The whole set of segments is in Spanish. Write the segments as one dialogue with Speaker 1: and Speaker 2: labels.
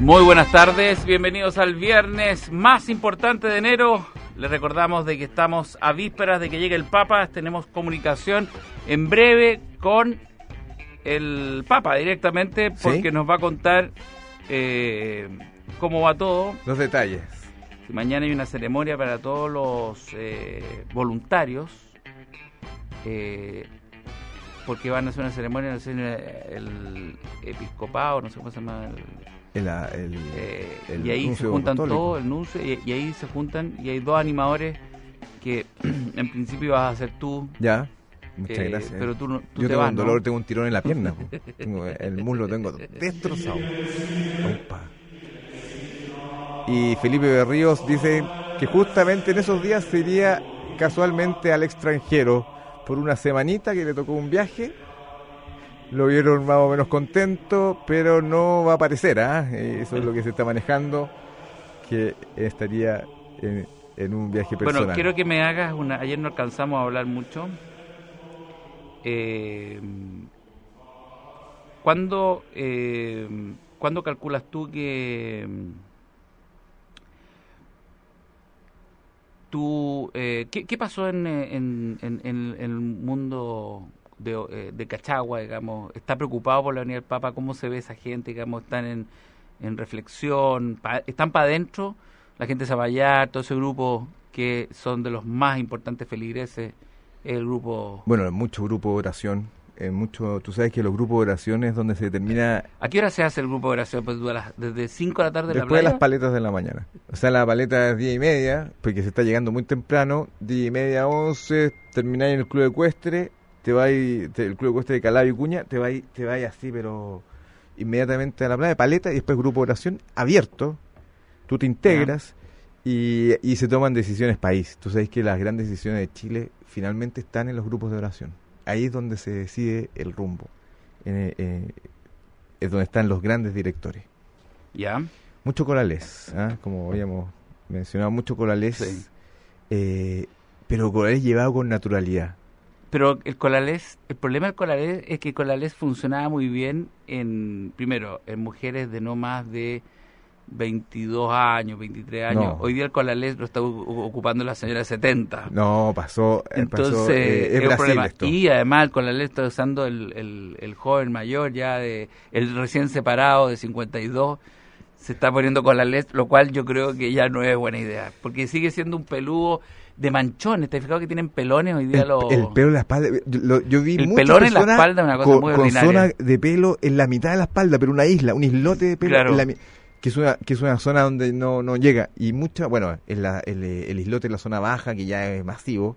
Speaker 1: Muy buenas tardes, bienvenidos al viernes más importante de enero. Les recordamos de que estamos a vísperas de que llegue el Papa, tenemos comunicación en breve con el Papa directamente porque
Speaker 2: Sí.
Speaker 1: nos va a contar eh, cómo va todo.
Speaker 2: Los detalles.
Speaker 1: Y Mañana hay una ceremonia para todos los eh, voluntarios, eh, porque van a hacer una ceremonia, no sé, en el episcopado, no sé cómo se llama. el-
Speaker 2: El, ah, el-
Speaker 1: eh,
Speaker 2: el
Speaker 1: y ahí se
Speaker 2: nuncio
Speaker 1: juntan
Speaker 2: apostólico.
Speaker 1: todos, el nuncio, y, y ahí se juntan, y hay dos animadores que en principio vas a ser tú,
Speaker 2: Ya. Muchas
Speaker 1: eh,
Speaker 2: gracias.
Speaker 1: pero tú, no- tú
Speaker 2: Yo
Speaker 1: te
Speaker 2: tengo
Speaker 1: vas,
Speaker 2: un
Speaker 1: ¿no?
Speaker 2: dolor, tengo un tirón en la pierna. po. Tengo- el muslo tengo destrozado. Opa. Y Felipe Berríos dice que justamente en esos días se iría casualmente al extranjero por una semanita que le tocó un viaje. Lo vieron más o menos contento, pero no va a aparecer. ¿ah? Eh, Eso es lo que se está manejando, que estaría en, en un viaje personal.
Speaker 1: Bueno, quiero que me hagas una. Ayer no alcanzamos a hablar mucho. Eh, ¿cuándo, eh, ¿Cuándo calculas tú que mm, tú eh, ¿qué, qué pasó en, eh, en- en- en- en el mundo de, eh, de Cachagua, digamos? ¿Está preocupado por la venida del Papa? ¿Cómo se ve esa gente, digamos? ¿Están en, en reflexión? Pa- ¿Están para adentro? La gente de Zapallar, todo ese grupo que son de los más importantes feligreses, el grupo...
Speaker 2: Bueno, en mucho grupo de oración. En mucho, tú sabes que los grupos de oración es donde se termina
Speaker 1: ¿A qué hora se hace el grupo de oración? Pues, tú a las- desde 5 de la tarde en
Speaker 2: después de
Speaker 1: la playa.
Speaker 2: las paletas de la mañana. O sea, la paleta es 10 y media, porque se está llegando muy temprano. 10 y media, 11, termináis en el club ecuestre, te vais, te- el club ecuestre de Calao y Cuña, te vais, te vais así, pero inmediatamente a la playa, paleta y después grupo de oración abierto. Tú te integras y, y se toman decisiones país. Tú sabes que las grandes decisiones de Chile finalmente están en los grupos de oración. Ahí es donde se decide el rumbo. En- eh, es donde están los grandes directores.
Speaker 1: Ya.
Speaker 2: Mucho coralés, ¿ah? como habíamos mencionado, mucho coralés,
Speaker 1: Sí.
Speaker 2: eh, pero coralés llevado con naturalidad.
Speaker 1: Pero el Colalés, el problema del Colalés es que el Colalés funcionaba muy bien en, primero, en mujeres de no más de 22 años, 23 años.
Speaker 2: No.
Speaker 1: Hoy día el Colalés lo está u- ocupando la señora de 70.
Speaker 2: No, pasó, eh, pasó
Speaker 1: Entonces,
Speaker 2: eh, es
Speaker 1: un
Speaker 2: Brasil
Speaker 1: problema.
Speaker 2: esto.
Speaker 1: Y además el Colalés está usando el, el, el joven mayor ya, de el recién separado de 52, se está poniendo Colalés, lo cual yo creo que ya no es buena idea, porque sigue siendo un peludo de manchones. ¿Te has fijado que tienen pelones hoy día
Speaker 2: El,
Speaker 1: los...
Speaker 2: el pelo en la espalda, yo, lo- yo vi
Speaker 1: El
Speaker 2: muchas
Speaker 1: pelón en la
Speaker 2: personas
Speaker 1: espalda es una cosa
Speaker 2: con,
Speaker 1: muy
Speaker 2: con
Speaker 1: ordinaria.
Speaker 2: zona de pelo en la mitad de la espalda, pero una isla, un islote de pelo,
Speaker 1: Claro.
Speaker 2: en la mi- que, es una, que es una zona donde no, no llega. Y mucha, bueno, en la- el, eh, el islote en la zona baja, que ya es masivo.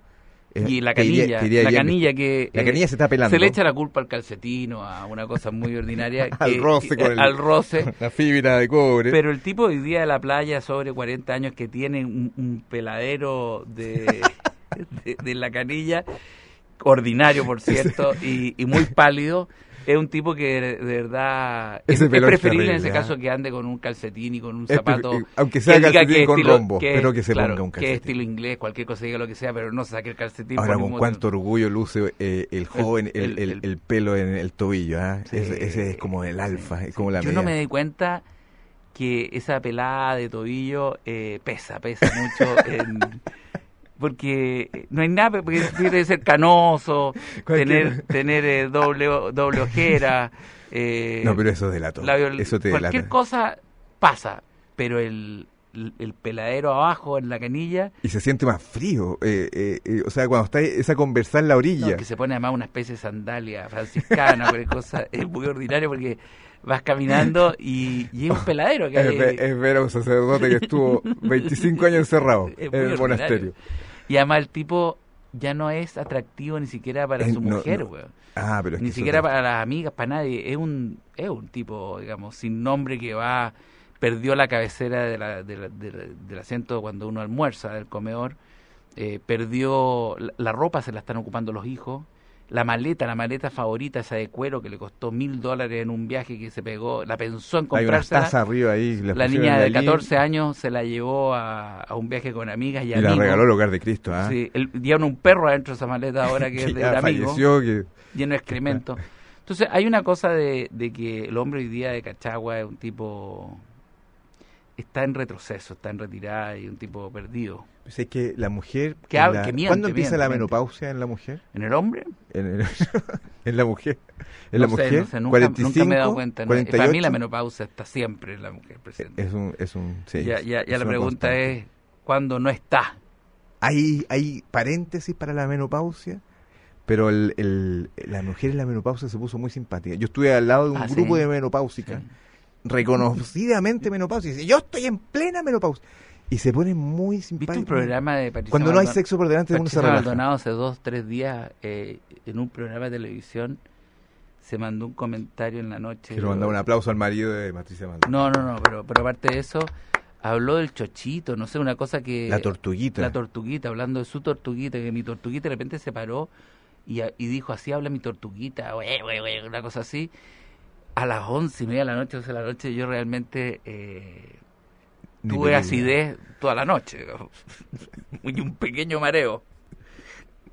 Speaker 2: eh,
Speaker 1: Y la
Speaker 2: te diría-
Speaker 1: canilla,
Speaker 2: te diría
Speaker 1: la
Speaker 2: bien-
Speaker 1: canilla que...
Speaker 2: la
Speaker 1: eh,
Speaker 2: canilla se está pelando.
Speaker 1: se le echa la culpa al calcetino, a una cosa muy ordinaria.
Speaker 2: Al
Speaker 1: que- eh,
Speaker 2: roce con el-
Speaker 1: Al roce.
Speaker 2: la fibra de cobre.
Speaker 1: Pero el tipo hoy día de la playa, sobre 40 años, que tiene un, un peladero de, de, de la canilla, ordinario, por cierto, y, y muy pálido, es un tipo que de de verdad es,
Speaker 2: Ese
Speaker 1: es
Speaker 2: pelón es
Speaker 1: preferible en ese
Speaker 2: terrible, ¿ah?
Speaker 1: caso que ande con un calcetín y con un
Speaker 2: Es
Speaker 1: zapato.
Speaker 2: prefe- aunque sea
Speaker 1: que diga
Speaker 2: calcetín
Speaker 1: que es
Speaker 2: con
Speaker 1: estilo-
Speaker 2: rombo,
Speaker 1: que es-
Speaker 2: pero que se
Speaker 1: claro,
Speaker 2: ponga un
Speaker 1: Que es
Speaker 2: calcetín.
Speaker 1: estilo inglés, cualquier cosa diga lo que sea, pero no se saque el calcetín.
Speaker 2: Ahora,
Speaker 1: por
Speaker 2: con
Speaker 1: ningún
Speaker 2: cuánto
Speaker 1: motivo.
Speaker 2: orgullo luce eh, el joven el,
Speaker 1: el-
Speaker 2: el-
Speaker 1: el-
Speaker 2: el pelo en el tobillo. ¿ah?
Speaker 1: Sí,
Speaker 2: ese, ese es como el alfa, es como la
Speaker 1: Yo
Speaker 2: media.
Speaker 1: no me di cuenta que esa pelada de tobillo eh, pesa, pesa mucho. en- porque no hay nada, porque tiene que ser canoso, tener,
Speaker 2: Cualquier-
Speaker 1: tener eh, doble, o- doble ojera. eh,
Speaker 2: No, pero eso es delato.
Speaker 1: la viol-
Speaker 2: eso te
Speaker 1: cualquier
Speaker 2: delata.
Speaker 1: cosa pasa, pero el, el, el peladero abajo en la canilla,
Speaker 2: Y se siente más frío. eh, eh, eh, o sea, cuando está esa conversa en la
Speaker 1: no,
Speaker 2: orilla.
Speaker 1: que se pone además una especie de sandalia franciscana, cualquier cosa, es muy ordinario porque vas caminando y, y es un peladero que
Speaker 2: es,
Speaker 1: hay,
Speaker 2: ve- es ver a un sacerdote que estuvo 25 años encerrado
Speaker 1: Es muy
Speaker 2: en
Speaker 1: ordinario.
Speaker 2: el monasterio.
Speaker 1: Y además el tipo ya no es atractivo ni siquiera para
Speaker 2: Eh,
Speaker 1: su
Speaker 2: no,
Speaker 1: mujer,
Speaker 2: no.
Speaker 1: weón.
Speaker 2: Ah, pero es
Speaker 1: Ni
Speaker 2: que eso
Speaker 1: siquiera
Speaker 2: te-
Speaker 1: para las amigas, para nadie. Es un, es un tipo, digamos, sin nombre que va, perdió la cabecera de la- de la- de la- del asiento cuando uno almuerza del comedor, eh, perdió, la, la ropa se la están ocupando los hijos, la maleta, la maleta favorita, esa de cuero que le costó mil dólares en un viaje que se pegó, la pensó en
Speaker 2: Hay una
Speaker 1: comprarse.
Speaker 2: taza arriba ahí.
Speaker 1: La niña de 14 años se la llevó a, a un viaje con amigas y,
Speaker 2: Y la
Speaker 1: amigos.
Speaker 2: regaló el hogar de Cristo, ¿ah?
Speaker 1: Sí, el, dieron un perro adentro de esa maleta ahora que,
Speaker 2: Que
Speaker 1: es del
Speaker 2: ya
Speaker 1: amigo,
Speaker 2: falleció, que...
Speaker 1: lleno de excremento. Entonces hay una cosa de, de que el hombre hoy día de Cachagua es un tipo... Está en retroceso, está en retirada y un tipo perdido.
Speaker 2: Pues es que la mujer...
Speaker 1: Que
Speaker 2: en
Speaker 1: hab-
Speaker 2: la-
Speaker 1: que miente,
Speaker 2: ¿Cuándo empieza
Speaker 1: miente,
Speaker 2: la
Speaker 1: miente.
Speaker 2: menopausia en la mujer?
Speaker 1: ¿En el hombre?
Speaker 2: En, en- en la mujer. En la
Speaker 1: No sé,
Speaker 2: mujer.
Speaker 1: no sé, nunca,
Speaker 2: 45,
Speaker 1: nunca me he dado cuenta. ¿no? Para mí la
Speaker 2: 48,
Speaker 1: menopausia está siempre en la mujer presente.
Speaker 2: eh, Es un... Es un sí,
Speaker 1: ya
Speaker 2: es-
Speaker 1: ya, ya
Speaker 2: Este, es
Speaker 1: la
Speaker 2: una
Speaker 1: pregunta
Speaker 2: constante.
Speaker 1: es, ¿cuándo no está?
Speaker 2: Hay, hay paréntesis para la menopausia, pero el, el- la mujer en la menopausia se puso muy simpática. Yo estuve al lado de un
Speaker 1: Ah,
Speaker 2: grupo
Speaker 1: sí.
Speaker 2: de menopáusicas,
Speaker 1: Sí.
Speaker 2: reconocidamente menopáusicas, y dice, yo estoy en plena menopausia. Y se ponen muy simpáticas.
Speaker 1: ¿Viste un programa de Patricia
Speaker 2: Cuando no hay
Speaker 1: Maldon-
Speaker 2: sexo por delante, Este uno se
Speaker 1: Patricia
Speaker 2: relaja.
Speaker 1: Maldonado hace dos, tres días eh, en un programa de televisión se mandó un comentario en la noche.
Speaker 2: Quiero mandar un aplauso al marido de Patricia Maldonado.
Speaker 1: No, no, no, pero, pero aparte de eso, habló del chochito, no sé, una cosa que...
Speaker 2: la tortuguita.
Speaker 1: eh, La tortuguita, hablando de su tortuguita, que mi tortuguita de repente se paró y, a- y dijo, así habla mi tortuguita, güey, güey, güey", una cosa así. A las once y media de la noche, once de la noche, yo realmente eh,
Speaker 2: Ni
Speaker 1: tuve
Speaker 2: pequeña.
Speaker 1: acidez toda la noche. digamos. Y un pequeño mareo.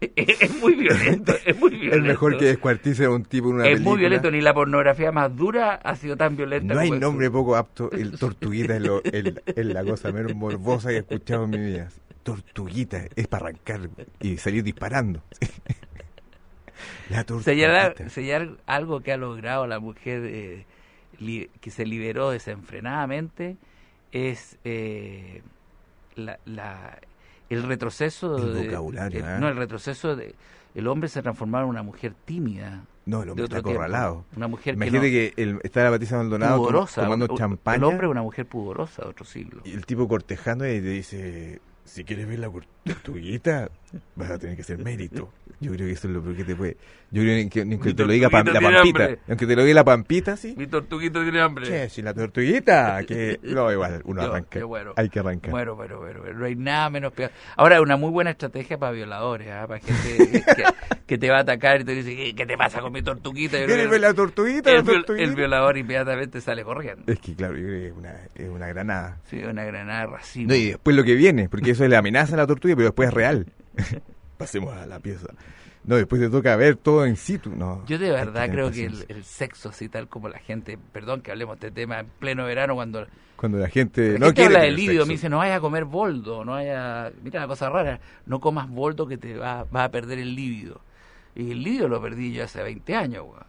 Speaker 1: Es, es muy violento, es muy violento.
Speaker 2: El mejor que descuartice a un tipo en una
Speaker 1: Es
Speaker 2: película.
Speaker 1: muy violento, ni la pornografía más dura ha sido tan violenta.
Speaker 2: No hay
Speaker 1: como eso.
Speaker 2: nombre poco apto. El tortuguita es, lo- el- es la cosa menos morbosa que he escuchado en mi vida. Tortuguita es para arrancar y salir disparando. La tortuguita.
Speaker 1: Señalar, señalar algo que ha logrado la mujer eh, li- que se liberó desenfrenadamente es eh, la, la- el retroceso.
Speaker 2: El
Speaker 1: de-
Speaker 2: vocabulario,
Speaker 1: el-
Speaker 2: ¿eh?
Speaker 1: No, el retroceso de. El hombre se transformaba en una mujer tímida.
Speaker 2: No, el
Speaker 1: de otro
Speaker 2: hombre está
Speaker 1: tiempo.
Speaker 2: acorralado.
Speaker 1: Una mujer que, no-
Speaker 2: Imagínate que el- está la Patricia Maldonado tom-
Speaker 1: pudorosa.
Speaker 2: tomando
Speaker 1: un-
Speaker 2: champaña
Speaker 1: El hombre es una mujer pudorosa de otro siglo.
Speaker 2: y el tipo cortejando y te dice, si quieres ver la cor- tortuguita, vas a tener que hacer mérito. Yo creo que eso es lo peor que te puede... Yo creo que ni que te lo diga pam-
Speaker 1: tortuguita
Speaker 2: la
Speaker 1: tiene
Speaker 2: pampita,
Speaker 1: hambre.
Speaker 2: aunque te lo diga la pampita, sí.
Speaker 1: Mi tortuguito tiene hambre.
Speaker 2: Che, si la tortuguita, que no, igual, uno
Speaker 1: Yo-
Speaker 2: arranca.
Speaker 1: yo muero.
Speaker 2: Hay que arrancar.
Speaker 1: Bueno, pero, pero, pero no hay nada menos peor. Ahora, una muy buena estrategia para violadores, ¿ah? para gente que, que te va a atacar y te dice, "¿Qué- ¿qué te pasa con mi tortuguita? Yo creo
Speaker 2: ¿Quieres
Speaker 1: que
Speaker 2: ver la tortuguita?
Speaker 1: el,
Speaker 2: la
Speaker 1: viol-
Speaker 2: tortuguita?
Speaker 1: el violador inmediatamente sale corriendo.
Speaker 2: Es que, claro, yo creo que es una, es una granada.
Speaker 1: Sí, una granada racimo.
Speaker 2: No, y después lo que viene, porque eso es la amenaza a la tortuga, pero después es real. Pasemos a la pieza. No, después te toca ver todo en situ. No,
Speaker 1: Yo de
Speaker 2: hay
Speaker 1: verdad
Speaker 2: tener
Speaker 1: creo que el,
Speaker 2: paciencia.
Speaker 1: el sexo, así tal como la gente, perdón que hablemos de este tema en pleno verano, cuando
Speaker 2: Cuando la gente
Speaker 1: la
Speaker 2: Eh, no
Speaker 1: gente Este
Speaker 2: quiere.
Speaker 1: habla de
Speaker 2: tener
Speaker 1: libido,
Speaker 2: sexo.
Speaker 1: me dice, no vayas a comer boldo, no vayas, mira la cosa rara, no comas boldo que te va, vas a perder el líbido. Y el líbido lo perdí yo hace 20 años, weón.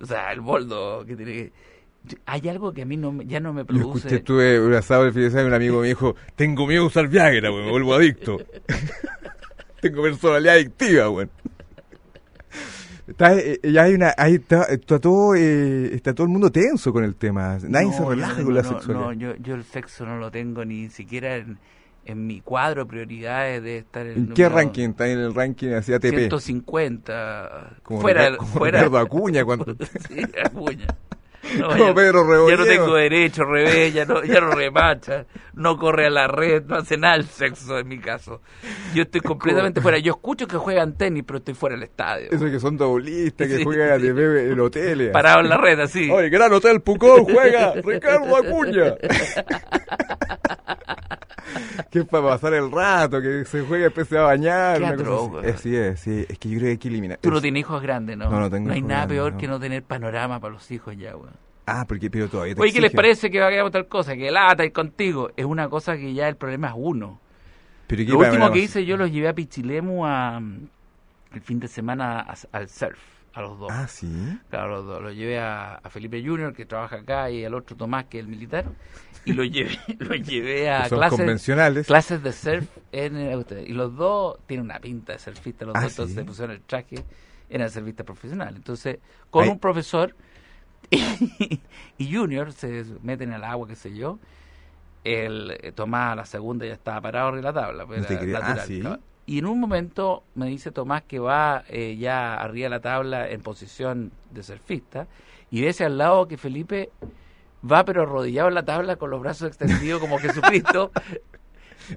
Speaker 1: O sea, el boldo que tiene que- Yo- Hay algo que a mí no, me- ya no me
Speaker 2: Lo escuché,
Speaker 1: produce...
Speaker 2: estuve un asado el fin de semana y un amigo me dijo, tengo miedo a usar Viagra, güey, me vuelvo adicto. tengo personalidad adictiva, güey. Está, eh, ya hay una, ahí está, está todo, eh, está todo el mundo tenso con el tema. Nadie
Speaker 1: No,
Speaker 2: se
Speaker 1: yo
Speaker 2: relaja
Speaker 1: tengo-
Speaker 2: con la
Speaker 1: no,
Speaker 2: sexualidad.
Speaker 1: No, yo, yo el sexo no lo tengo ni siquiera en, en mi cuadro de prioridades de estar en...
Speaker 2: ¿En qué
Speaker 1: número
Speaker 2: ranking? Está en el ranking hacia ATP.
Speaker 1: 150.
Speaker 2: como
Speaker 1: fuera,
Speaker 2: Ricardo- como
Speaker 1: fuera,
Speaker 2: Ricardo Acuña cuando-
Speaker 1: Sí, Acuña. No,
Speaker 2: Como
Speaker 1: ya-
Speaker 2: Pedro
Speaker 1: Ya no
Speaker 2: Rebolledo.
Speaker 1: tengo derecho, revés, ya no, ya no remacha, no corre a la red, no hace nada el sexo en mi caso. Yo estoy completamente fuera. Yo escucho que juegan tenis, pero estoy fuera del estadio.
Speaker 2: Esos que son doblistas, que
Speaker 1: Sí.
Speaker 2: juegan a TV en hoteles.
Speaker 1: Parado en la red, así.
Speaker 2: ¡Oye, Gran Hotel Pucón juega Ricardo Acuña! que es para pasar el rato, que se juega después se va a bañar.
Speaker 1: Qué
Speaker 2: una cosa
Speaker 1: atroz,
Speaker 2: así.
Speaker 1: weón.
Speaker 2: Así es, sí. Es que yo creo que hay que eliminar.
Speaker 1: Tú no
Speaker 2: es-
Speaker 1: tienes hijos grandes, ¿no?
Speaker 2: No, no tengo
Speaker 1: hay
Speaker 2: hijos
Speaker 1: nada
Speaker 2: grandes,
Speaker 1: peor
Speaker 2: no.
Speaker 1: que no tener panorama para los hijos ya, weón.
Speaker 2: Ah, porque pero todavía te
Speaker 1: Oye, ¿qué les
Speaker 2: exigen.
Speaker 1: parece que va a quedar tal cosa? Que lata y contigo. Es una cosa que ya el problema es uno.
Speaker 2: Pero ¿qué
Speaker 1: Lo
Speaker 2: para
Speaker 1: último
Speaker 2: menos?
Speaker 1: que hice, yo los llevé a Pichilemu a, mm, el fin de semana a- al surf, a los dos.
Speaker 2: Ah, sí.
Speaker 1: Claro, los dos. Lo llevé a, a Felipe Junior, que trabaja acá, y al otro Tomás, que es el militar. Y lo llevé, lo llevé a
Speaker 2: Que son
Speaker 1: clases,
Speaker 2: convencionales.
Speaker 1: clases de surf. En, el- y los dos tienen una pinta de surfista, los
Speaker 2: Ah,
Speaker 1: dos entonces
Speaker 2: ¿sí?
Speaker 1: se pusieron el traje, eran surfistas profesionales. Entonces, con
Speaker 2: Ahí-
Speaker 1: un profesor y Junior se meten al agua, qué sé yo. El eh, Tomás a la segunda ya estaba parado arriba de la tabla. pues,
Speaker 2: No te
Speaker 1: era
Speaker 2: creo. Ah,
Speaker 1: natural,
Speaker 2: ¿sí?
Speaker 1: ¿no? Y en un momento me dice Tomás que va eh, ya arriba de la tabla en posición de surfista y ve hacia al lado que Felipe va pero arrodillado en la tabla con los brazos extendidos como Jesucristo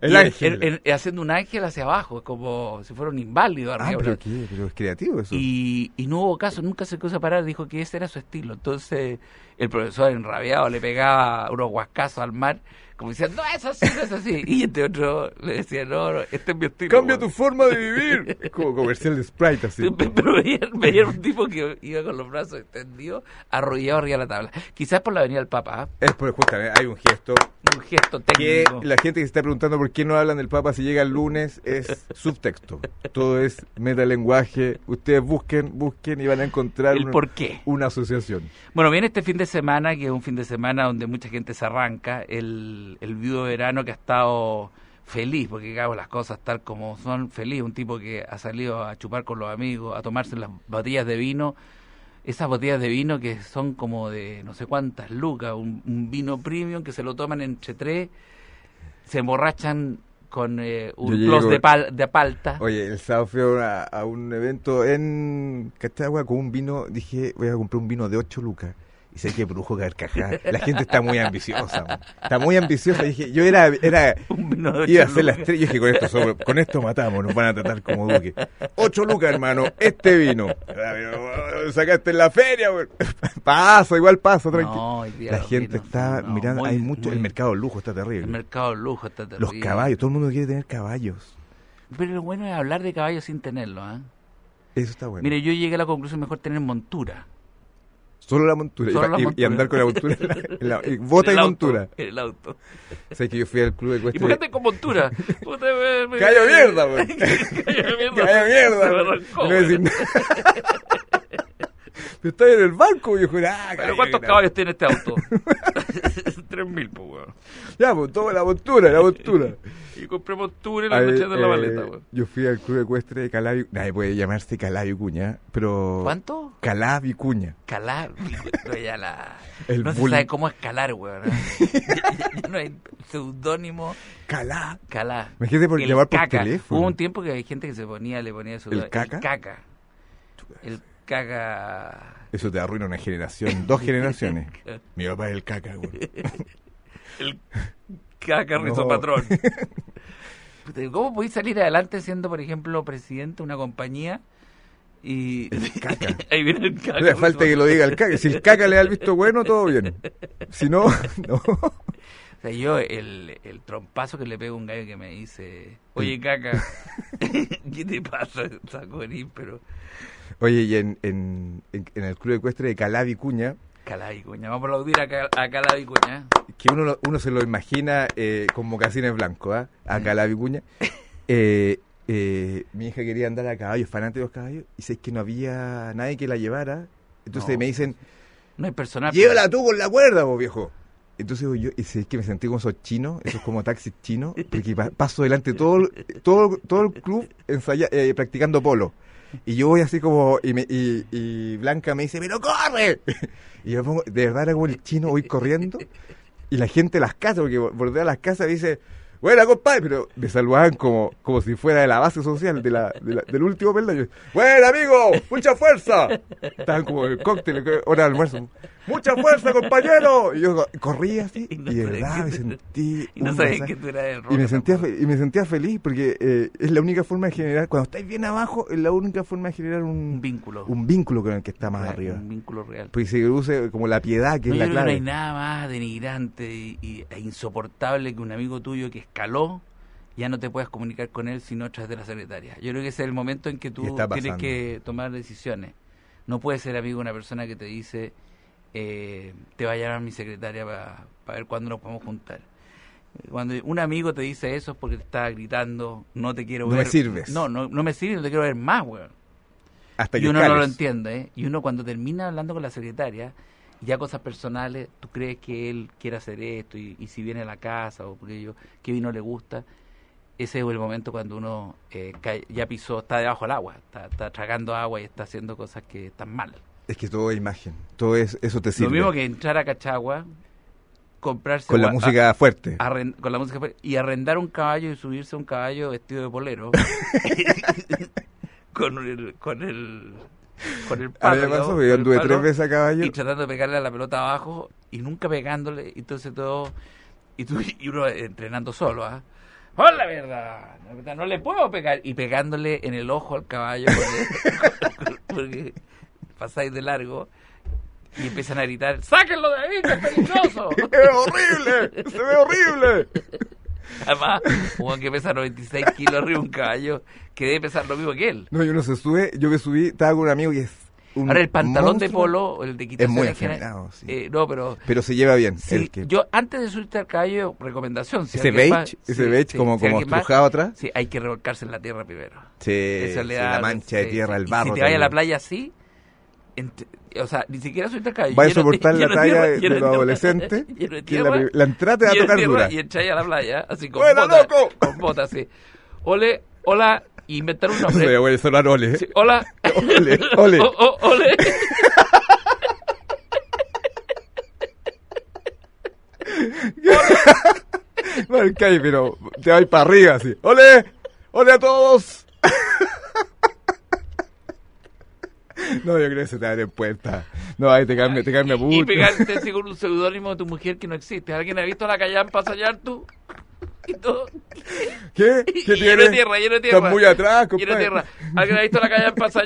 Speaker 2: El
Speaker 1: Y
Speaker 2: ángel.
Speaker 1: en- en- haciendo un ángel hacia abajo, como si fuera un inválido
Speaker 2: Ah,
Speaker 1: arriba.
Speaker 2: pero, qué- pero es creativo eso.
Speaker 1: Y, y no hubo caso, nunca se quiso parar, dijo que ese era su estilo. Entonces el profesor enrabiado le pegaba unos guascazos al mar, como diciendo, no, eso sí, no es así. Y este otro le decía, no, no, este es mi estilo.
Speaker 2: Cambia tu
Speaker 1: weón".
Speaker 2: forma de vivir. Es Como comercial de Sprite, así.
Speaker 1: Pero veía, veía un tipo que iba con los brazos extendidos, arrodillado arriba de la tabla. Quizás por la venida del Papa, ¿ah?
Speaker 2: Es por justamente, hay un gesto
Speaker 1: un gesto
Speaker 2: que
Speaker 1: técnico.
Speaker 2: la gente que se está preguntando por qué no hablan del Papa si llega el lunes es subtexto. Todo es metalenguaje. Ustedes busquen, busquen y van a encontrar
Speaker 1: El
Speaker 2: una-
Speaker 1: por qué.
Speaker 2: una asociación.
Speaker 1: Bueno, viene este fin de semana, que es un fin de semana donde mucha gente se arranca, el, el viudo verano que ha estado feliz, porque digamos las cosas tal como son, feliz, un tipo que ha salido a chupar con los amigos, a tomarse las botellas de vino, esas botellas de vino que son como de no sé cuántas lucas, un, un vino premium que se lo toman entre tres, se emborrachan con eh,
Speaker 2: Yo
Speaker 1: un
Speaker 2: llegué
Speaker 1: plus
Speaker 2: con-
Speaker 1: de, pal- de palta.
Speaker 2: Oye, el sábado fui a, una- a un evento en Cachagua con un vino. Dije, voy a comprar un vino de 8 lucas. Y sé que brujo carcajada. La gente está muy ambiciosa. man. Está muy ambiciosa. Dije, yo era. era
Speaker 1: un vino de
Speaker 2: Iba a
Speaker 1: ocho
Speaker 2: ser las
Speaker 1: lucas.
Speaker 2: tres. Yo dije, con esto, sobre- con esto matamos, nos van a tratar como duque. Ocho lucas, hermano, este vino. Ah, pero, ah, Sacaste en la feria, güey. Pasa, igual pasa, tranquilo.
Speaker 1: No, hoy día
Speaker 2: la
Speaker 1: los
Speaker 2: gente
Speaker 1: vinos,
Speaker 2: está
Speaker 1: no,
Speaker 2: mirando,
Speaker 1: muy-
Speaker 2: hay mucho, el
Speaker 1: muy-
Speaker 2: mercado del lujo está terrible.
Speaker 1: El mercado de lujo está terrible.
Speaker 2: Los caballos, todo el mundo quiere tener caballos.
Speaker 1: Pero lo bueno es hablar de caballos sin tenerlo, ¿ah?
Speaker 2: Eso está bueno.
Speaker 1: Mire, yo llegué a la conclusión mejor tener montura.
Speaker 2: Solo la montura.
Speaker 1: Solo
Speaker 2: y,
Speaker 1: la
Speaker 2: y- y
Speaker 1: montura.
Speaker 2: andar con la montura. en la- en la- y bota y
Speaker 1: El auto,
Speaker 2: montura. Pues
Speaker 1: El auto.
Speaker 2: O sea, que yo fui al club de
Speaker 1: ¿Y por qué
Speaker 2: cuesta.
Speaker 1: te con montura? Puta, me- me-
Speaker 2: ¡Calla mierda, güey!
Speaker 1: ¡Calla mierda!
Speaker 2: ¡Calla
Speaker 1: Se
Speaker 2: mierda!
Speaker 1: me
Speaker 2: güey!
Speaker 1: arrancó,
Speaker 2: Y no
Speaker 1: güey.
Speaker 2: decir nada. Pero estaba en el banco, viejo. Ah,
Speaker 1: ¿Pero
Speaker 2: calla,
Speaker 1: cuántos
Speaker 2: que-
Speaker 1: caballos tiene este auto? Tres mil, pues, weón.
Speaker 2: Ya, pues toma la montura, la montura.
Speaker 1: Y compré montura y la
Speaker 2: A ver,
Speaker 1: noche de la
Speaker 2: eh,
Speaker 1: maleta, weón.
Speaker 2: Yo fui al club ecuestre de Calabio. Nadie puede llamarse Calabio Cuña, pero.
Speaker 1: ¿Cuánto?
Speaker 2: Calabio Cuña.
Speaker 1: Calar. No, ya la...
Speaker 2: El
Speaker 1: no se
Speaker 2: bull-
Speaker 1: sabe cómo es calar, weón. Ya- ya no hay seudónimo.
Speaker 2: Calá.
Speaker 1: Calá.
Speaker 2: Imagínate por
Speaker 1: El
Speaker 2: llamar por
Speaker 1: caca.
Speaker 2: teléfono.
Speaker 1: Hubo un tiempo que hay gente que se ponía, le ponía su...
Speaker 2: ¿El
Speaker 1: El
Speaker 2: caca?
Speaker 1: caca. El caca...
Speaker 2: Eso te arruina una generación, dos generaciones. Mi papá es el caca, güey.
Speaker 1: El caca
Speaker 2: No.
Speaker 1: rizopatrón. Puta, ¿y ¿Cómo podéis salir adelante siendo, por ejemplo, presidente de una compañía y...
Speaker 2: Caca.
Speaker 1: Ahí viene el caca.
Speaker 2: No le falta que lo diga el caca. Si el caca le da el visto bueno, todo bien. Si no, no.
Speaker 1: O sea, yo el, el trompazo que le pego a un gallo que me dice, oye, caca, ¿qué te pasa, sacorín? Pero...
Speaker 2: Oye, y en, en, en- en el club ecuestre de Calabio Cuña,
Speaker 1: Calá y cuña, vamos a aplaudir a, Cal- a Calá y cuña.
Speaker 2: que uno, lo- uno se lo imagina eh, con mocasines blancos, ¿ah? acá la vicuña. Eh, eh, mi hija quería andar a caballo, fanática de los caballos, y sé que no había nadie que la llevara. Entonces
Speaker 1: No.
Speaker 2: me dicen,
Speaker 1: No hay personal.
Speaker 2: llévala tú con la cuerda, vos viejo. Entonces yo, y sé que me sentí como esos chinos, esos como taxis chinos, porque pa- paso delante todo, el- todo, todo el club ensaya- eh, practicando polo. Y yo voy así como, y, me- y- y Blanca me dice, pero corre. Y yo me pongo, de verdad era como el chino, voy corriendo. Y la gente de las casas, porque vol- voltea a las casas y dice, buena compadre, pero me saludaban como, como si fuera de la base social, de la, de la- del último peldaño. Bueno amigo, mucha fuerza. Estaban como el cóctel, que- hora de almuerzo. Mucha fuerza compañero. Y yo co- corrí así
Speaker 1: Y
Speaker 2: y
Speaker 1: no
Speaker 2: de
Speaker 1: sabía
Speaker 2: verdad
Speaker 1: que
Speaker 2: me
Speaker 1: tú-
Speaker 2: sentí...
Speaker 1: Y no
Speaker 2: un
Speaker 1: sabía
Speaker 2: mensaje.
Speaker 1: que tú eras el
Speaker 2: Y
Speaker 1: rock
Speaker 2: me, sentía,
Speaker 1: tampoco.
Speaker 2: fe- y me sentía feliz porque eh, es la única forma de generar, cuando estáis bien abajo, es la única forma de generar
Speaker 1: Un
Speaker 2: un,
Speaker 1: vínculo.
Speaker 2: un vínculo con el que está más
Speaker 1: real,
Speaker 2: arriba.
Speaker 1: Un vínculo real.
Speaker 2: Porque se produce como la piedad, que
Speaker 1: No, yo
Speaker 2: es
Speaker 1: creo que
Speaker 2: la
Speaker 1: no
Speaker 2: clave.
Speaker 1: hay nada más denigrante y, y- e insoportable que un amigo tuyo que escaló, ya no te puedas comunicar con él sino a través de la secretaria. Yo creo que ese es el momento en que
Speaker 2: Y
Speaker 1: tú
Speaker 2: está
Speaker 1: tienes
Speaker 2: pasando.
Speaker 1: que tomar decisiones. No puedes ser amigo de una persona que te dice, eh, te va a llamar mi secretaria para ver cuándo nos podemos juntar. Cuando un amigo te dice eso es porque te está gritando, no te quiero
Speaker 2: No
Speaker 1: ver.
Speaker 2: me sirves.
Speaker 1: No, no, no me sirves, no te quiero ver más, weón.
Speaker 2: Hasta
Speaker 1: Y
Speaker 2: que
Speaker 1: uno no lo
Speaker 2: escales.
Speaker 1: entiende, ¿eh? Y uno cuando termina hablando con la secretaria, ya cosas personales, tú crees que él quiere hacer esto, y, y si viene a la casa o porque yo, que vino le gusta, ese es el momento cuando uno eh, cae- ya pisó, está debajo del agua, está, está tragando agua y está haciendo cosas que están mal.
Speaker 2: Es que todo es imagen, todo es, eso te sirve.
Speaker 1: Lo mismo que entrar a Cachagua, comprarse
Speaker 2: con la
Speaker 1: gua-
Speaker 2: música fuerte.
Speaker 1: arren- con la música fuerte, y arrendar un caballo y subirse a un caballo vestido de polero con el con el con el
Speaker 2: A
Speaker 1: palo,
Speaker 2: mí me
Speaker 1: digamos,
Speaker 2: pasó
Speaker 1: con
Speaker 2: que yo
Speaker 1: el
Speaker 2: anduve
Speaker 1: palo,
Speaker 2: tres veces a caballo.
Speaker 1: y tratando de pegarle a la pelota abajo y nunca pegándole entonces todo y tú y uno entrenando solo ¿ah? ¡Oh, la verdad! La verdad, no le puedo pegar. Y pegándole en el ojo al caballo porque, porque pasáis de largo y empiezan a gritar, ¡sáquenlo de ahí, que es peligroso!
Speaker 2: ¡Es horrible! ¡Se ve horrible!
Speaker 1: Además, un weón que pesa 96 kilos arriba de un caballo que debe pesar lo mismo que él.
Speaker 2: No, yo no se sube, yo que subí, estaba con un amigo y es un
Speaker 1: Ahora el pantalón de
Speaker 2: monstruo,
Speaker 1: polo, el de
Speaker 2: es
Speaker 1: quitación
Speaker 2: muy
Speaker 1: en general,
Speaker 2: afeminado, sí.
Speaker 1: eh, no, pero
Speaker 2: pero se lleva bien.
Speaker 1: sí,
Speaker 2: el que-
Speaker 1: yo antes de subirte al caballo, recomendación. si
Speaker 2: ese
Speaker 1: alguien
Speaker 2: beige,
Speaker 1: va-
Speaker 2: ese
Speaker 1: sí,
Speaker 2: beige
Speaker 1: sí,
Speaker 2: como,
Speaker 1: si
Speaker 2: como
Speaker 1: alguien va-
Speaker 2: estrujado atrás.
Speaker 1: Sí, hay que revolcarse en la tierra primero.
Speaker 2: Sí,
Speaker 1: Eso le
Speaker 2: sí,
Speaker 1: da-
Speaker 2: la mancha de
Speaker 1: sí,
Speaker 2: tierra,
Speaker 1: sí.
Speaker 2: el
Speaker 1: Y
Speaker 2: barro.
Speaker 1: si te vas a la
Speaker 2: también.
Speaker 1: playa así, ent- o sea, ni siquiera subirte al caballo.
Speaker 2: Va a
Speaker 1: lleno de-
Speaker 2: soportar la
Speaker 1: lleno de
Speaker 2: talla
Speaker 1: tierra,
Speaker 2: de,
Speaker 1: lleno
Speaker 2: de los
Speaker 1: tierra,
Speaker 2: adolescentes.
Speaker 1: lleno de
Speaker 2: que la,
Speaker 1: tierra.
Speaker 2: pri- la entrada te va a
Speaker 1: Y el
Speaker 2: tocar
Speaker 1: tierra-
Speaker 2: dura.
Speaker 1: Y entráis a la playa, así con
Speaker 2: ¡Buena,
Speaker 1: botas.
Speaker 2: loco!
Speaker 1: Con botas, sí. Ole, hola, inventar un
Speaker 2: Se
Speaker 1: nombre.
Speaker 2: va a sonar ole.
Speaker 1: Sí, hola.
Speaker 2: Ole, ole.
Speaker 1: O- o- ole.
Speaker 2: Bueno, ok, pero te va a ir para arriba así. ¡Ole! ¡Ole a todos! No, yo creo que se te abre puerta. No, ahí te cambia, te cambia
Speaker 1: Y
Speaker 2: mucho.
Speaker 1: pegarte así con un seudónimo de tu mujer que no existe. ¿Alguien ha visto la callampa pasar tú? Y todo.
Speaker 2: ¿Qué?
Speaker 1: Y-
Speaker 2: ¿Qué
Speaker 1: y lleno de tierra, lleno de tierra.
Speaker 2: Estás muy atrás,
Speaker 1: Lleno de
Speaker 2: compadre.
Speaker 1: tierra. ¿Alguien ha visto la callampa pasar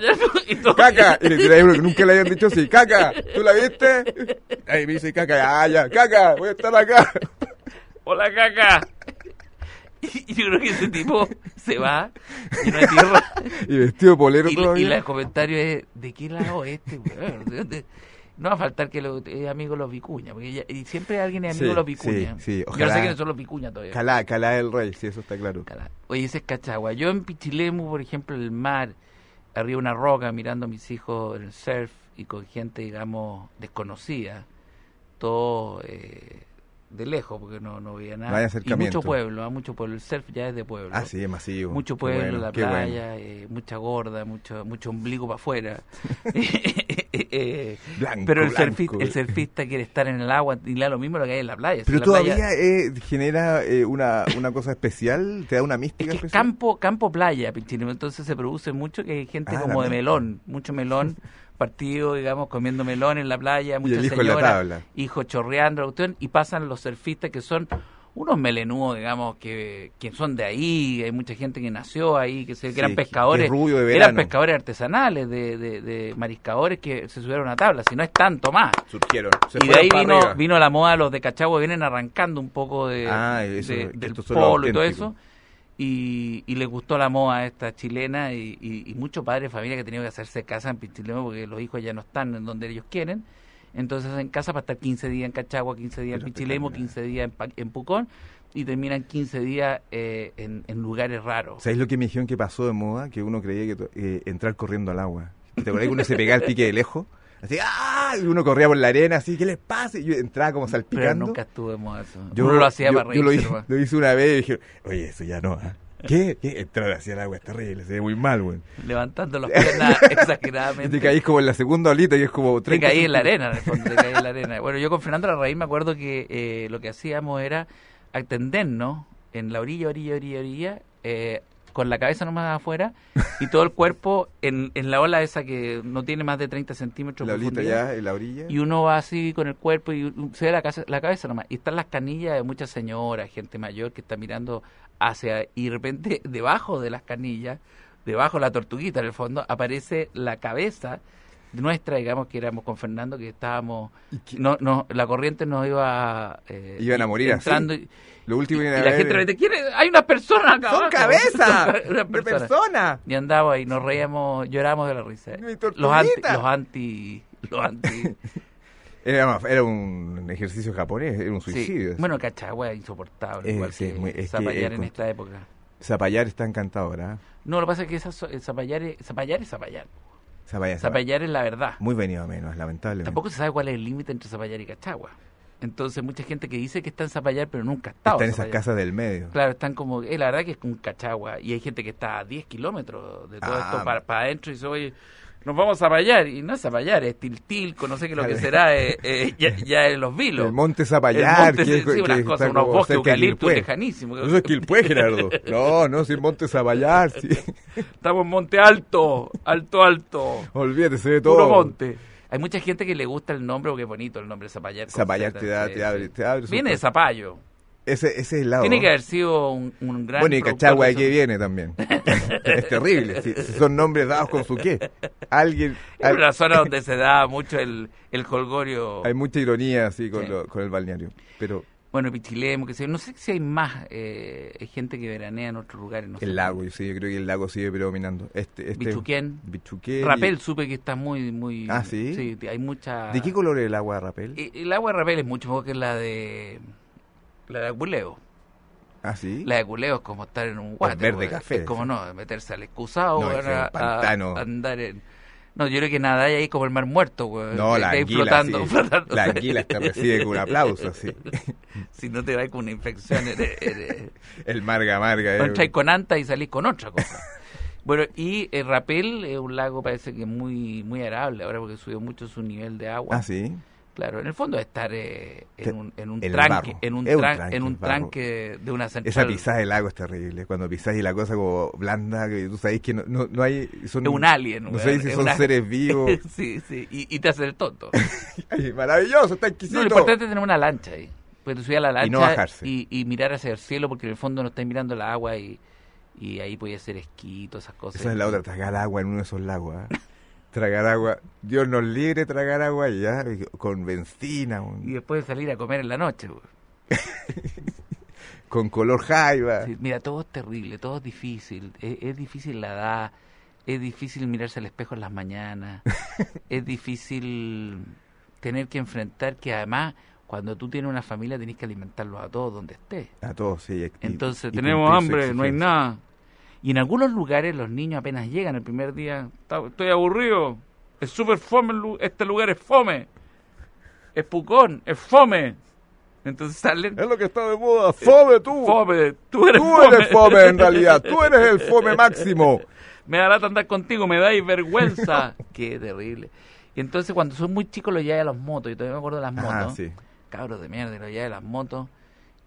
Speaker 1: Y todo.
Speaker 2: ¡Caca! Y le tiráis uno que nunca le hayan dicho así. ¡Caca! ¿Tú la viste? Ahí me dice caca. ¡Ah, ya! ¡Caca! ¡Voy a estar acá!
Speaker 1: ¡Hola, caca! Y yo creo que ese tipo se va lleno de tierra.
Speaker 2: Y vestido de polero
Speaker 1: Y, y
Speaker 2: todavía.
Speaker 1: la- el comentario es: ¿de qué lado es este, weón? ¿De dónde? No va a faltar que los eh, amigos los vicuña. Porque ya- y siempre alguien es amigo
Speaker 2: Sí,
Speaker 1: de los vicuña.
Speaker 2: sí, sí,
Speaker 1: Yo no
Speaker 2: ojalá.
Speaker 1: sé quiénes son los vicuña todavía.
Speaker 2: Calá, calá del rey, sí, eso está claro.
Speaker 1: Cala- Oye, ese es Cachagua. Yo en Pichilemu, por ejemplo, en el mar, arriba de una roca, mirando a mis hijos en el surf y con gente, digamos, desconocida, todo eh, de lejos, porque no, no veía nada.
Speaker 2: No hay
Speaker 1: y
Speaker 2: acercamiento.
Speaker 1: mucho pueblo, ah, mucho pueblo. El surf ya es de pueblo.
Speaker 2: Ah, sí, es masivo.
Speaker 1: Mucho
Speaker 2: Qué
Speaker 1: pueblo,
Speaker 2: bueno,
Speaker 1: la
Speaker 2: qué bueno.
Speaker 1: playa, eh, mucha gorda, mucho, mucho ombligo para afuera. Eh,
Speaker 2: Blanco,
Speaker 1: pero el,
Speaker 2: blanco.
Speaker 1: surfista, el surfista quiere estar en el agua y le da lo mismo lo que hay en la playa. Si
Speaker 2: Pero
Speaker 1: la playa-
Speaker 2: todavía eh, genera eh, una, una cosa especial, te da una
Speaker 1: Es
Speaker 2: mística
Speaker 1: que es
Speaker 2: especial.
Speaker 1: campo, campo playa, Pichilemu, entonces se produce mucho que hay gente
Speaker 2: Ah,
Speaker 1: como de
Speaker 2: la mezcla.
Speaker 1: melón, mucho melón, partido, digamos, comiendo melón en la playa,
Speaker 2: y
Speaker 1: muchas
Speaker 2: el hijo en la
Speaker 1: señoras,
Speaker 2: tabla.
Speaker 1: hijo chorreando, la cuestión, y pasan los surfistas que son unos melenudos, digamos, que, que son de ahí, hay mucha gente que nació ahí, que, se, que
Speaker 2: Sí,
Speaker 1: eran
Speaker 2: que- que
Speaker 1: pescadores,
Speaker 2: es rubio de
Speaker 1: eran
Speaker 2: verano.
Speaker 1: pescadores artesanales, de, de, de mariscadores que se subieron a tabla, si no es tanto más.
Speaker 2: Surgieron. Se
Speaker 1: y de
Speaker 2: fueron
Speaker 1: ahí
Speaker 2: para
Speaker 1: vino,
Speaker 2: arriba.
Speaker 1: vino la moda, los de Cachagua vienen arrancando un poco de,
Speaker 2: Ah, eso,
Speaker 1: de-
Speaker 2: que
Speaker 1: del
Speaker 2: estos son los
Speaker 1: polo y todo
Speaker 2: auténticos.
Speaker 1: eso. Y, y les gustó la moda esta chilena y, y, y muchos padres de familia que tenían que hacerse casa en Pichilemu porque los hijos ya no están en donde ellos quieren. Entonces hacen casa para estar 15 días en Cachagua, 15 días en
Speaker 2: Pero
Speaker 1: Pichilemu,
Speaker 2: espectacular.
Speaker 1: 15 días en, Pa- en Pucón y terminan 15 días eh, en, en lugares raros.
Speaker 2: ¿Sabes lo que me dijeron que pasó de moda? Que uno creía que to- eh, entrar corriendo al agua. ¿Te acuerdas que uno se pegaba el pique de lejos? Así, ¡ah! Y uno corría por la arena, así, ¿qué les pasa? Y yo entraba como
Speaker 1: Pero
Speaker 2: salpicando.
Speaker 1: nunca estuve en moda eso. Yo lo hacía
Speaker 2: yo-
Speaker 1: para
Speaker 2: yo lo
Speaker 1: reírse
Speaker 2: hice,
Speaker 1: nomás.
Speaker 2: lo hice una vez y dije, oye, eso ya no, ¿ah? ¿Qué? ¿Qué? Entrar hacia el agua es terrible, se ve muy mal, güey.
Speaker 1: levantando las piernas
Speaker 2: Y
Speaker 1: exageradamente.
Speaker 2: te caís como en la segunda olita y es como...
Speaker 1: Te
Speaker 2: 30
Speaker 1: caí en la arena, en el fondo, te caí en la arena. Bueno, yo con Fernando Larraín me acuerdo que eh, lo que hacíamos era atendernos en la orilla, orilla, orilla, orilla, eh, con la cabeza nomás afuera y todo el cuerpo en, en la ola esa que no tiene más de 30 centímetros de
Speaker 2: La olita
Speaker 1: profundidad.
Speaker 2: ya, en la orilla.
Speaker 1: Y uno va así con el cuerpo y un- se ve la, casa- la cabeza nomás. Y están las canillas de muchas señoras, gente mayor que está mirando hacia... Y de repente debajo de las canillas, debajo de la tortuguita en el fondo, aparece la cabeza nuestra, digamos que éramos con Fernando, que estábamos... No, no, la corriente nos iba... eh,
Speaker 2: Iban a morir así.
Speaker 1: entrando y-
Speaker 2: Lo
Speaker 1: y,
Speaker 2: último que
Speaker 1: y
Speaker 2: viene a
Speaker 1: la
Speaker 2: ver-
Speaker 1: gente de repente, ¿quién es? Hay una persona acá
Speaker 2: ¡Son
Speaker 1: abajo".
Speaker 2: cabezas!
Speaker 1: Son ca- una
Speaker 2: ¡De
Speaker 1: persona.
Speaker 2: persona!
Speaker 1: Y andaba y nos reíamos, lloramos de la risa. ¿eh?
Speaker 2: Mi
Speaker 1: Los anti,
Speaker 2: tortuguita.
Speaker 1: los anti, los anti
Speaker 2: Era, más- era un ejercicio japonés, era un
Speaker 1: Sí.
Speaker 2: suicidio.
Speaker 1: Bueno, Cachagua es insoportable.
Speaker 2: Eh,
Speaker 1: igual
Speaker 2: sí,
Speaker 1: que
Speaker 2: muy- es que
Speaker 1: Zapallar
Speaker 2: es
Speaker 1: en
Speaker 2: con-
Speaker 1: esta época.
Speaker 2: Zapallar está encantador, ¿ah?
Speaker 1: No, lo que pasa es que esas, so- eh, Zapallar, es, Zapallar es Zapallar.
Speaker 2: Zapallar, Zapallar.
Speaker 1: Zapallar es la verdad.
Speaker 2: Muy venido a menos, lamentablemente.
Speaker 1: Tampoco se sabe cuál es el límite entre Zapallar y Cachagua. Entonces, mucha gente que dice que está en Zapallar, pero nunca ha estado.
Speaker 2: Están
Speaker 1: en
Speaker 2: esas
Speaker 1: Zapallar.
Speaker 2: casas del medio.
Speaker 1: Claro, están como. eh, la verdad que es un Cachagua. Y hay gente que está a 10 kilómetros de todo
Speaker 2: Ah.
Speaker 1: esto para, para adentro y dice, oye. Nos vamos a Zapallar, y no es Zapallar, es Tiltilco, no sé qué lo que
Speaker 2: Claro.
Speaker 1: será, eh, eh, ya, ya en los vilos.
Speaker 2: El monte Zapallar,
Speaker 1: El monte, sí, unas
Speaker 2: está
Speaker 1: cosas, unos
Speaker 2: como
Speaker 1: bosques
Speaker 2: cerca de
Speaker 1: eucaliptos
Speaker 2: Quilpué.
Speaker 1: lejanísimos.
Speaker 2: Eso es Quilpué, Gerardo. No, no, sin monte Zapallar, sí.
Speaker 1: Estamos en Monte Alto, Alto, Alto,
Speaker 2: Olvídese de todo.
Speaker 1: puro monte. Hay mucha gente que le gusta el nombre porque es bonito el nombre Zapallar. con
Speaker 2: Zapallar
Speaker 1: Z,
Speaker 2: te da,
Speaker 1: sí,
Speaker 2: te abre,
Speaker 1: sí.
Speaker 2: te abre. sus
Speaker 1: Viene de
Speaker 2: puertas.
Speaker 1: Zapallo,
Speaker 2: Ese, ese es el lado.
Speaker 1: Tiene que haber sido un, un gran.
Speaker 2: Bueno, y
Speaker 1: productor
Speaker 2: Cachagua
Speaker 1: de
Speaker 2: de qué
Speaker 1: sonido.
Speaker 2: viene también. es terrible. Si, si son nombres dados con su qué. Alguien.
Speaker 1: Es
Speaker 2: al-
Speaker 1: una zona donde se da mucho el, el colgorio.
Speaker 2: hay mucha ironía así con,
Speaker 1: Sí.
Speaker 2: lo- con el balneario. Pero
Speaker 1: Bueno, Pichilemo, que sé yo. No sé si hay más eh, gente que veranea en otros lugares. No sé.
Speaker 2: el lago, yo sí, yo creo que el lago sigue predominando. Este, este,
Speaker 1: Bichuquén.
Speaker 2: Bichuquén y-
Speaker 1: Rapel supe que está muy, muy...
Speaker 2: Ah, ¿sí?
Speaker 1: hay mucha...
Speaker 2: ¿De qué color es el agua de rapel?
Speaker 1: Eh, El agua de Rapel es mucho mejor que la de... La de Aculeo.
Speaker 2: ah, sí.
Speaker 1: La de Aculeo es como estar en un water.
Speaker 2: verde
Speaker 1: weón.
Speaker 2: café,
Speaker 1: Es como
Speaker 2: sí.
Speaker 1: no, meterse al excusado,
Speaker 2: No,
Speaker 1: weón,
Speaker 2: es un
Speaker 1: a- a-
Speaker 2: pantano.
Speaker 1: a andar en... No, yo creo que nada hay ahí como el mar muerto, weón.
Speaker 2: No,
Speaker 1: Te
Speaker 2: la
Speaker 1: quedas
Speaker 2: anguila.
Speaker 1: flotando,
Speaker 2: sí.
Speaker 1: flotando.
Speaker 2: La anguila te recibe con un aplauso, sí.
Speaker 1: Si no te vas con una infección, eres-
Speaker 2: Eh.
Speaker 1: eres-
Speaker 2: El marga marga.
Speaker 1: No
Speaker 2: eh.
Speaker 1: entráis con anta y salís con otra cosa. Bueno, y eh, Rapel es un lago parece que muy muy arable ahora porque subió mucho su nivel de agua.
Speaker 2: Ah, sí.
Speaker 1: Claro, en el fondo es estar eh,
Speaker 2: Te-
Speaker 1: en un, en un
Speaker 2: el
Speaker 1: tranque,
Speaker 2: barro.
Speaker 1: en un,
Speaker 2: Es un
Speaker 1: tran-
Speaker 2: tranque,
Speaker 1: en un
Speaker 2: el barro.
Speaker 1: tranque de una
Speaker 2: Esa
Speaker 1: central.
Speaker 2: pisada del lago es terrible. Cuando pisás y la cosa como blanda, que tú sabes que no, no, no hay. Son,
Speaker 1: es un alien,
Speaker 2: No
Speaker 1: weón,
Speaker 2: sé si
Speaker 1: es
Speaker 2: son
Speaker 1: una-
Speaker 2: seres vivos.
Speaker 1: sí, sí, y, y te hace el tonto.
Speaker 2: Ay, maravilloso, está
Speaker 1: No,
Speaker 2: exquisito.
Speaker 1: lo importante es tener una lancha ahí. Pues tú subís a la lancha
Speaker 2: Y no bajarse.
Speaker 1: y- y mirar hacia el cielo porque en el fondo no estás mirando el agua y, y ahí podía ser esquí, todas esas cosas.
Speaker 2: Esa es la otra, tragar agua en uno de esos lagos. ¿ah? Tragar agua. Dios nos libre tragar agua ya, con benzina, un-
Speaker 1: Y después de salir a comer en la noche, pues. weón.
Speaker 2: con color jaiba.
Speaker 1: Sí, mira, todo es terrible, todo es difícil. Es, es difícil la edad, es difícil mirarse al espejo en las mañanas, es difícil tener que enfrentar que además cuando tú tienes una familia tenés que alimentarlos a todos donde estés.
Speaker 2: A todos, sí. y-
Speaker 1: Entonces
Speaker 2: y
Speaker 1: tenemos
Speaker 2: cumplir su
Speaker 1: hambre, no hay
Speaker 2: exigencia.
Speaker 1: nada. Y en algunos lugares los niños apenas llegan el primer día, "Ta- estoy aburrido, es súper fome, el lu- este lugar es fome, es pucón, es fome. Entonces salen
Speaker 2: Es lo que está de moda. Fome Eh, tú.
Speaker 1: fome, tú eres
Speaker 2: Tú eres fome en realidad. Tú eres el fome máximo.
Speaker 1: me da lata andar contigo, me dais vergüenza. Qué terrible. Y entonces cuando son muy chicos los llevé a las motos, y todavía me acuerdo de las motos.
Speaker 2: Ah, sí.
Speaker 1: Cabros de mierda, los llevé a las motos.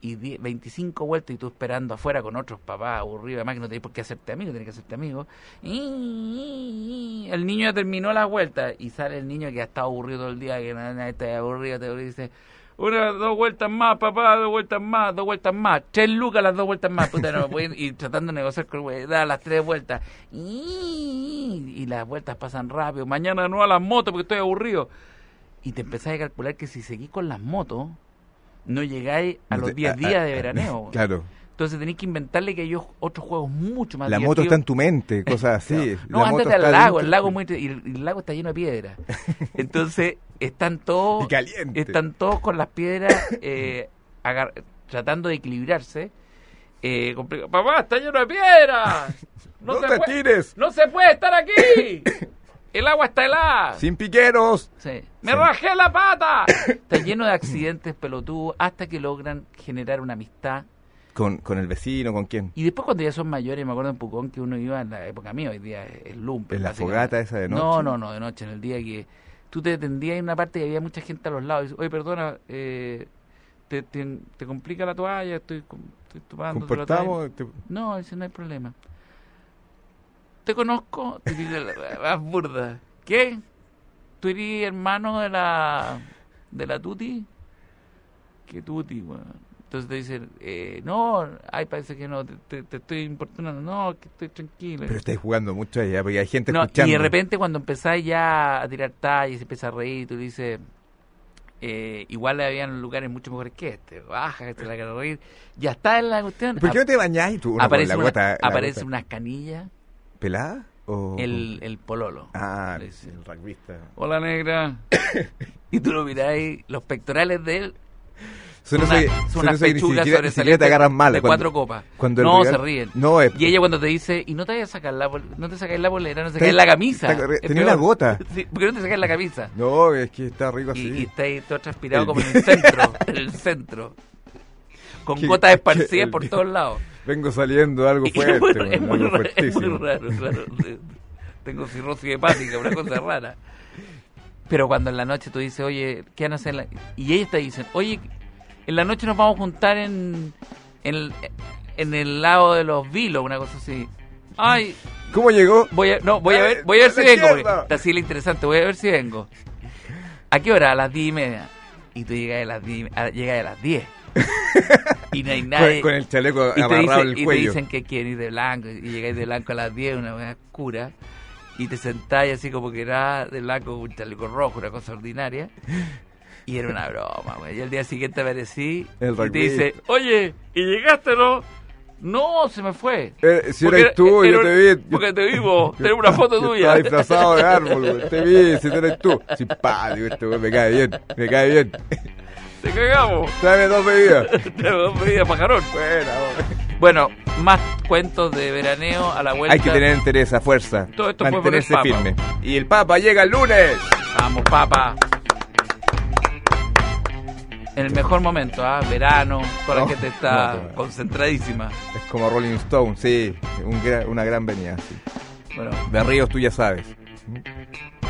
Speaker 1: Y die- 25 vueltas y tú esperando afuera con otros papás aburridos, además que no tenés por qué hacerte amigo, tenés que hacerte amigo. Y- y- y- El niño ya terminó la vuelta y sale el niño que ha estado aburrido todo el día, que nada, nada, está aburrido, te aburrido, y dice, una, dos vueltas más, papá, dos vueltas más, dos vueltas más. Tres lucas las dos vueltas más, puta, no me pueden ir tratando de negociar con el güey, da las tres vueltas. Y, y las vueltas pasan rápido. Mañana no a las motos porque estoy aburrido. Y te empezás a calcular que si seguís con las motos, no llegáis a los 10 días de veraneo.
Speaker 2: Claro.
Speaker 1: Entonces tenés que inventarle que hay otros juegos mucho más
Speaker 2: La moto está
Speaker 1: divertidos.
Speaker 2: en tu mente, cosas así.
Speaker 1: No,
Speaker 2: La moto
Speaker 1: ándate al
Speaker 2: está
Speaker 1: lago,
Speaker 2: dentro.
Speaker 1: el lago, es muy, y el, el lago está lleno de piedras. Entonces, están todos
Speaker 2: Y caliente.
Speaker 1: están todos con las piedras eh, agar- tratando de equilibrarse. Eh, complicado. Papá, está lleno de piedras. No,
Speaker 2: No,
Speaker 1: se
Speaker 2: te
Speaker 1: puede,
Speaker 2: tires.
Speaker 1: no se puede estar aquí. El agua está helada.
Speaker 2: Sin piqueros.
Speaker 1: Sí. Me
Speaker 2: Sí.
Speaker 1: rajé la pata. Está lleno de accidentes pelotudos hasta que logran generar una amistad
Speaker 2: Con, con el vecino, con quién.
Speaker 1: y después cuando ya son mayores, me acuerdo en Pucón que uno iba en la época mía, hoy día es es lumpen.
Speaker 2: En la
Speaker 1: básicamente.
Speaker 2: fogata esa de
Speaker 1: No,
Speaker 2: noche.
Speaker 1: no, no, de noche, en el día que tú te detendías en una parte y había mucha gente a los lados. Y dices, oye, perdona, eh, te, te, te complica la toalla, estoy, com- estoy tomando la toalla.
Speaker 2: Comportamos. te-
Speaker 1: No, dice, no hay problema. ¿Te conozco? Te dice la- las burdas. ¿Qué? ¿Tú eres hermano de la, de la Tuti? ¿Qué Tuti, weón? Entonces te dicen, eh, no, ay, parece que no, te, te- te estoy importunando, no, que estoy tranquilo.
Speaker 2: Pero estáis jugando mucho allá, porque hay gente
Speaker 1: No,
Speaker 2: escuchando.
Speaker 1: Y de repente cuando empezás ya a tirar talla y se empieza a reír, tú dices, eh, igual habían lugares mucho mejores que este, baja, que te la quiero reír, ya está en la cuestión.
Speaker 2: ¿Por qué no te bañáis tú? Una,
Speaker 1: aparece
Speaker 2: con
Speaker 1: una-
Speaker 2: la gota, la
Speaker 1: aparece
Speaker 2: gota.
Speaker 1: unas canillas,
Speaker 2: ¿Pelada? ¿O...
Speaker 1: el, el pololo.
Speaker 2: Ah,
Speaker 1: Le dice.
Speaker 2: el rugbyista.
Speaker 1: Hola negra. y tú lo miráis, los pectorales de él
Speaker 2: Son
Speaker 1: una-
Speaker 2: esos que-
Speaker 1: son
Speaker 2: son
Speaker 1: unas
Speaker 2: esos
Speaker 1: pechugas
Speaker 2: que ni siquiera, ni siquiera te
Speaker 1: sobresalientes
Speaker 2: agarran mal.
Speaker 1: de cuatro copas.
Speaker 2: cuando el
Speaker 1: no,
Speaker 2: rival-
Speaker 1: se ríen.
Speaker 2: No, es...
Speaker 1: Y ella cuando te dice, y no te vayas a sacar la, bol- no te sacáis la bolera, no te sacáis la camisa.
Speaker 2: está corre-
Speaker 1: Es
Speaker 2: tenía
Speaker 1: peor.
Speaker 2: una gota.
Speaker 1: Sí, ¿Por qué no te sacáis la camisa?
Speaker 2: No, es que está rico así.
Speaker 1: Y, y está ahí todo transpirado
Speaker 2: El-
Speaker 1: como en el centro, en el centro. Con
Speaker 2: Qué-
Speaker 1: gotas
Speaker 2: qué-
Speaker 1: esparcidas
Speaker 2: el-
Speaker 1: por todos lados.
Speaker 2: Vengo saliendo algo fuerte.
Speaker 1: es, muy,
Speaker 2: bueno,
Speaker 1: es muy
Speaker 2: algo
Speaker 1: raro, es muy
Speaker 2: fuertísimo.
Speaker 1: raro, claro. Tengo cirrosis hepática, una cosa rara. Pero cuando en la noche tú dices, oye, ¿qué van a hacer? en la-?" Y ellos te dicen, oye, en la noche nos vamos a juntar en, en, el- en el lado de los vilos, una cosa así. Ay,
Speaker 2: ¿Cómo llegó?
Speaker 1: voy a, no, voy a ver, voy a ver si
Speaker 2: ¡A la
Speaker 1: vengo. porque
Speaker 2: izquierda!
Speaker 1: Está así lo interesante, voy a ver si vengo. ¿A qué hora? A las 10 y media. Y tú llegas a las 10. y- a- llegas a las 10. y no hay nadie.
Speaker 2: Con, con el chaleco
Speaker 1: y te,
Speaker 2: amarrado
Speaker 1: dicen,
Speaker 2: al
Speaker 1: y te
Speaker 2: cuello.
Speaker 1: dicen que quieren ir de blanco y llegáis de blanco a las 10, una vez oscura, y te sentáis así como que era de blanco con un chaleco rojo, una cosa ordinaria. Y era una broma, güey. Y al día siguiente aparecí
Speaker 2: El
Speaker 1: y te dice,
Speaker 2: rugbyista.
Speaker 1: oye, ¿y llegaste no? No, se me fue.
Speaker 2: Eh, si
Speaker 1: Porque
Speaker 2: eres tú,
Speaker 1: era-
Speaker 2: yo te vi.
Speaker 1: Porque te vivo, tengo una foto
Speaker 2: Yo
Speaker 1: tuya.
Speaker 2: Estaba disfrazado de árbol, güey. Te vi, si eres tú. Simpático este güey, me cae bien, me cae bien.
Speaker 1: Te cagamos.
Speaker 2: Tráeme dos bebidas.
Speaker 1: Te voy a pedir a pajarón.
Speaker 2: Buena, güey.
Speaker 1: Bueno, más cuentos de veraneo a la vuelta.
Speaker 2: Hay que tener entereza, fuerza.
Speaker 1: Todo esto fue por el
Speaker 2: mantenerse
Speaker 1: Papa.
Speaker 2: firme. Y el Papa llega el lunes.
Speaker 1: Vamos, papa. En el mejor momento, ¿ah? Verano, toda la
Speaker 2: No,
Speaker 1: gente está
Speaker 2: Oh, no, no, no.
Speaker 1: concentradísima.
Speaker 2: Es como Rolling Stone, sí. un gra- una gran venida. sí.
Speaker 1: Bueno,
Speaker 2: De Ríos tú ya sabes.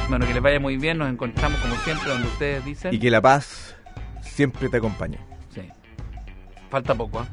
Speaker 1: bueno, que les vaya muy bien. Nos encontramos como siempre donde ustedes dicen.
Speaker 2: Y que la paz siempre te acompañe.
Speaker 1: Sí. Falta poco, ¿ah?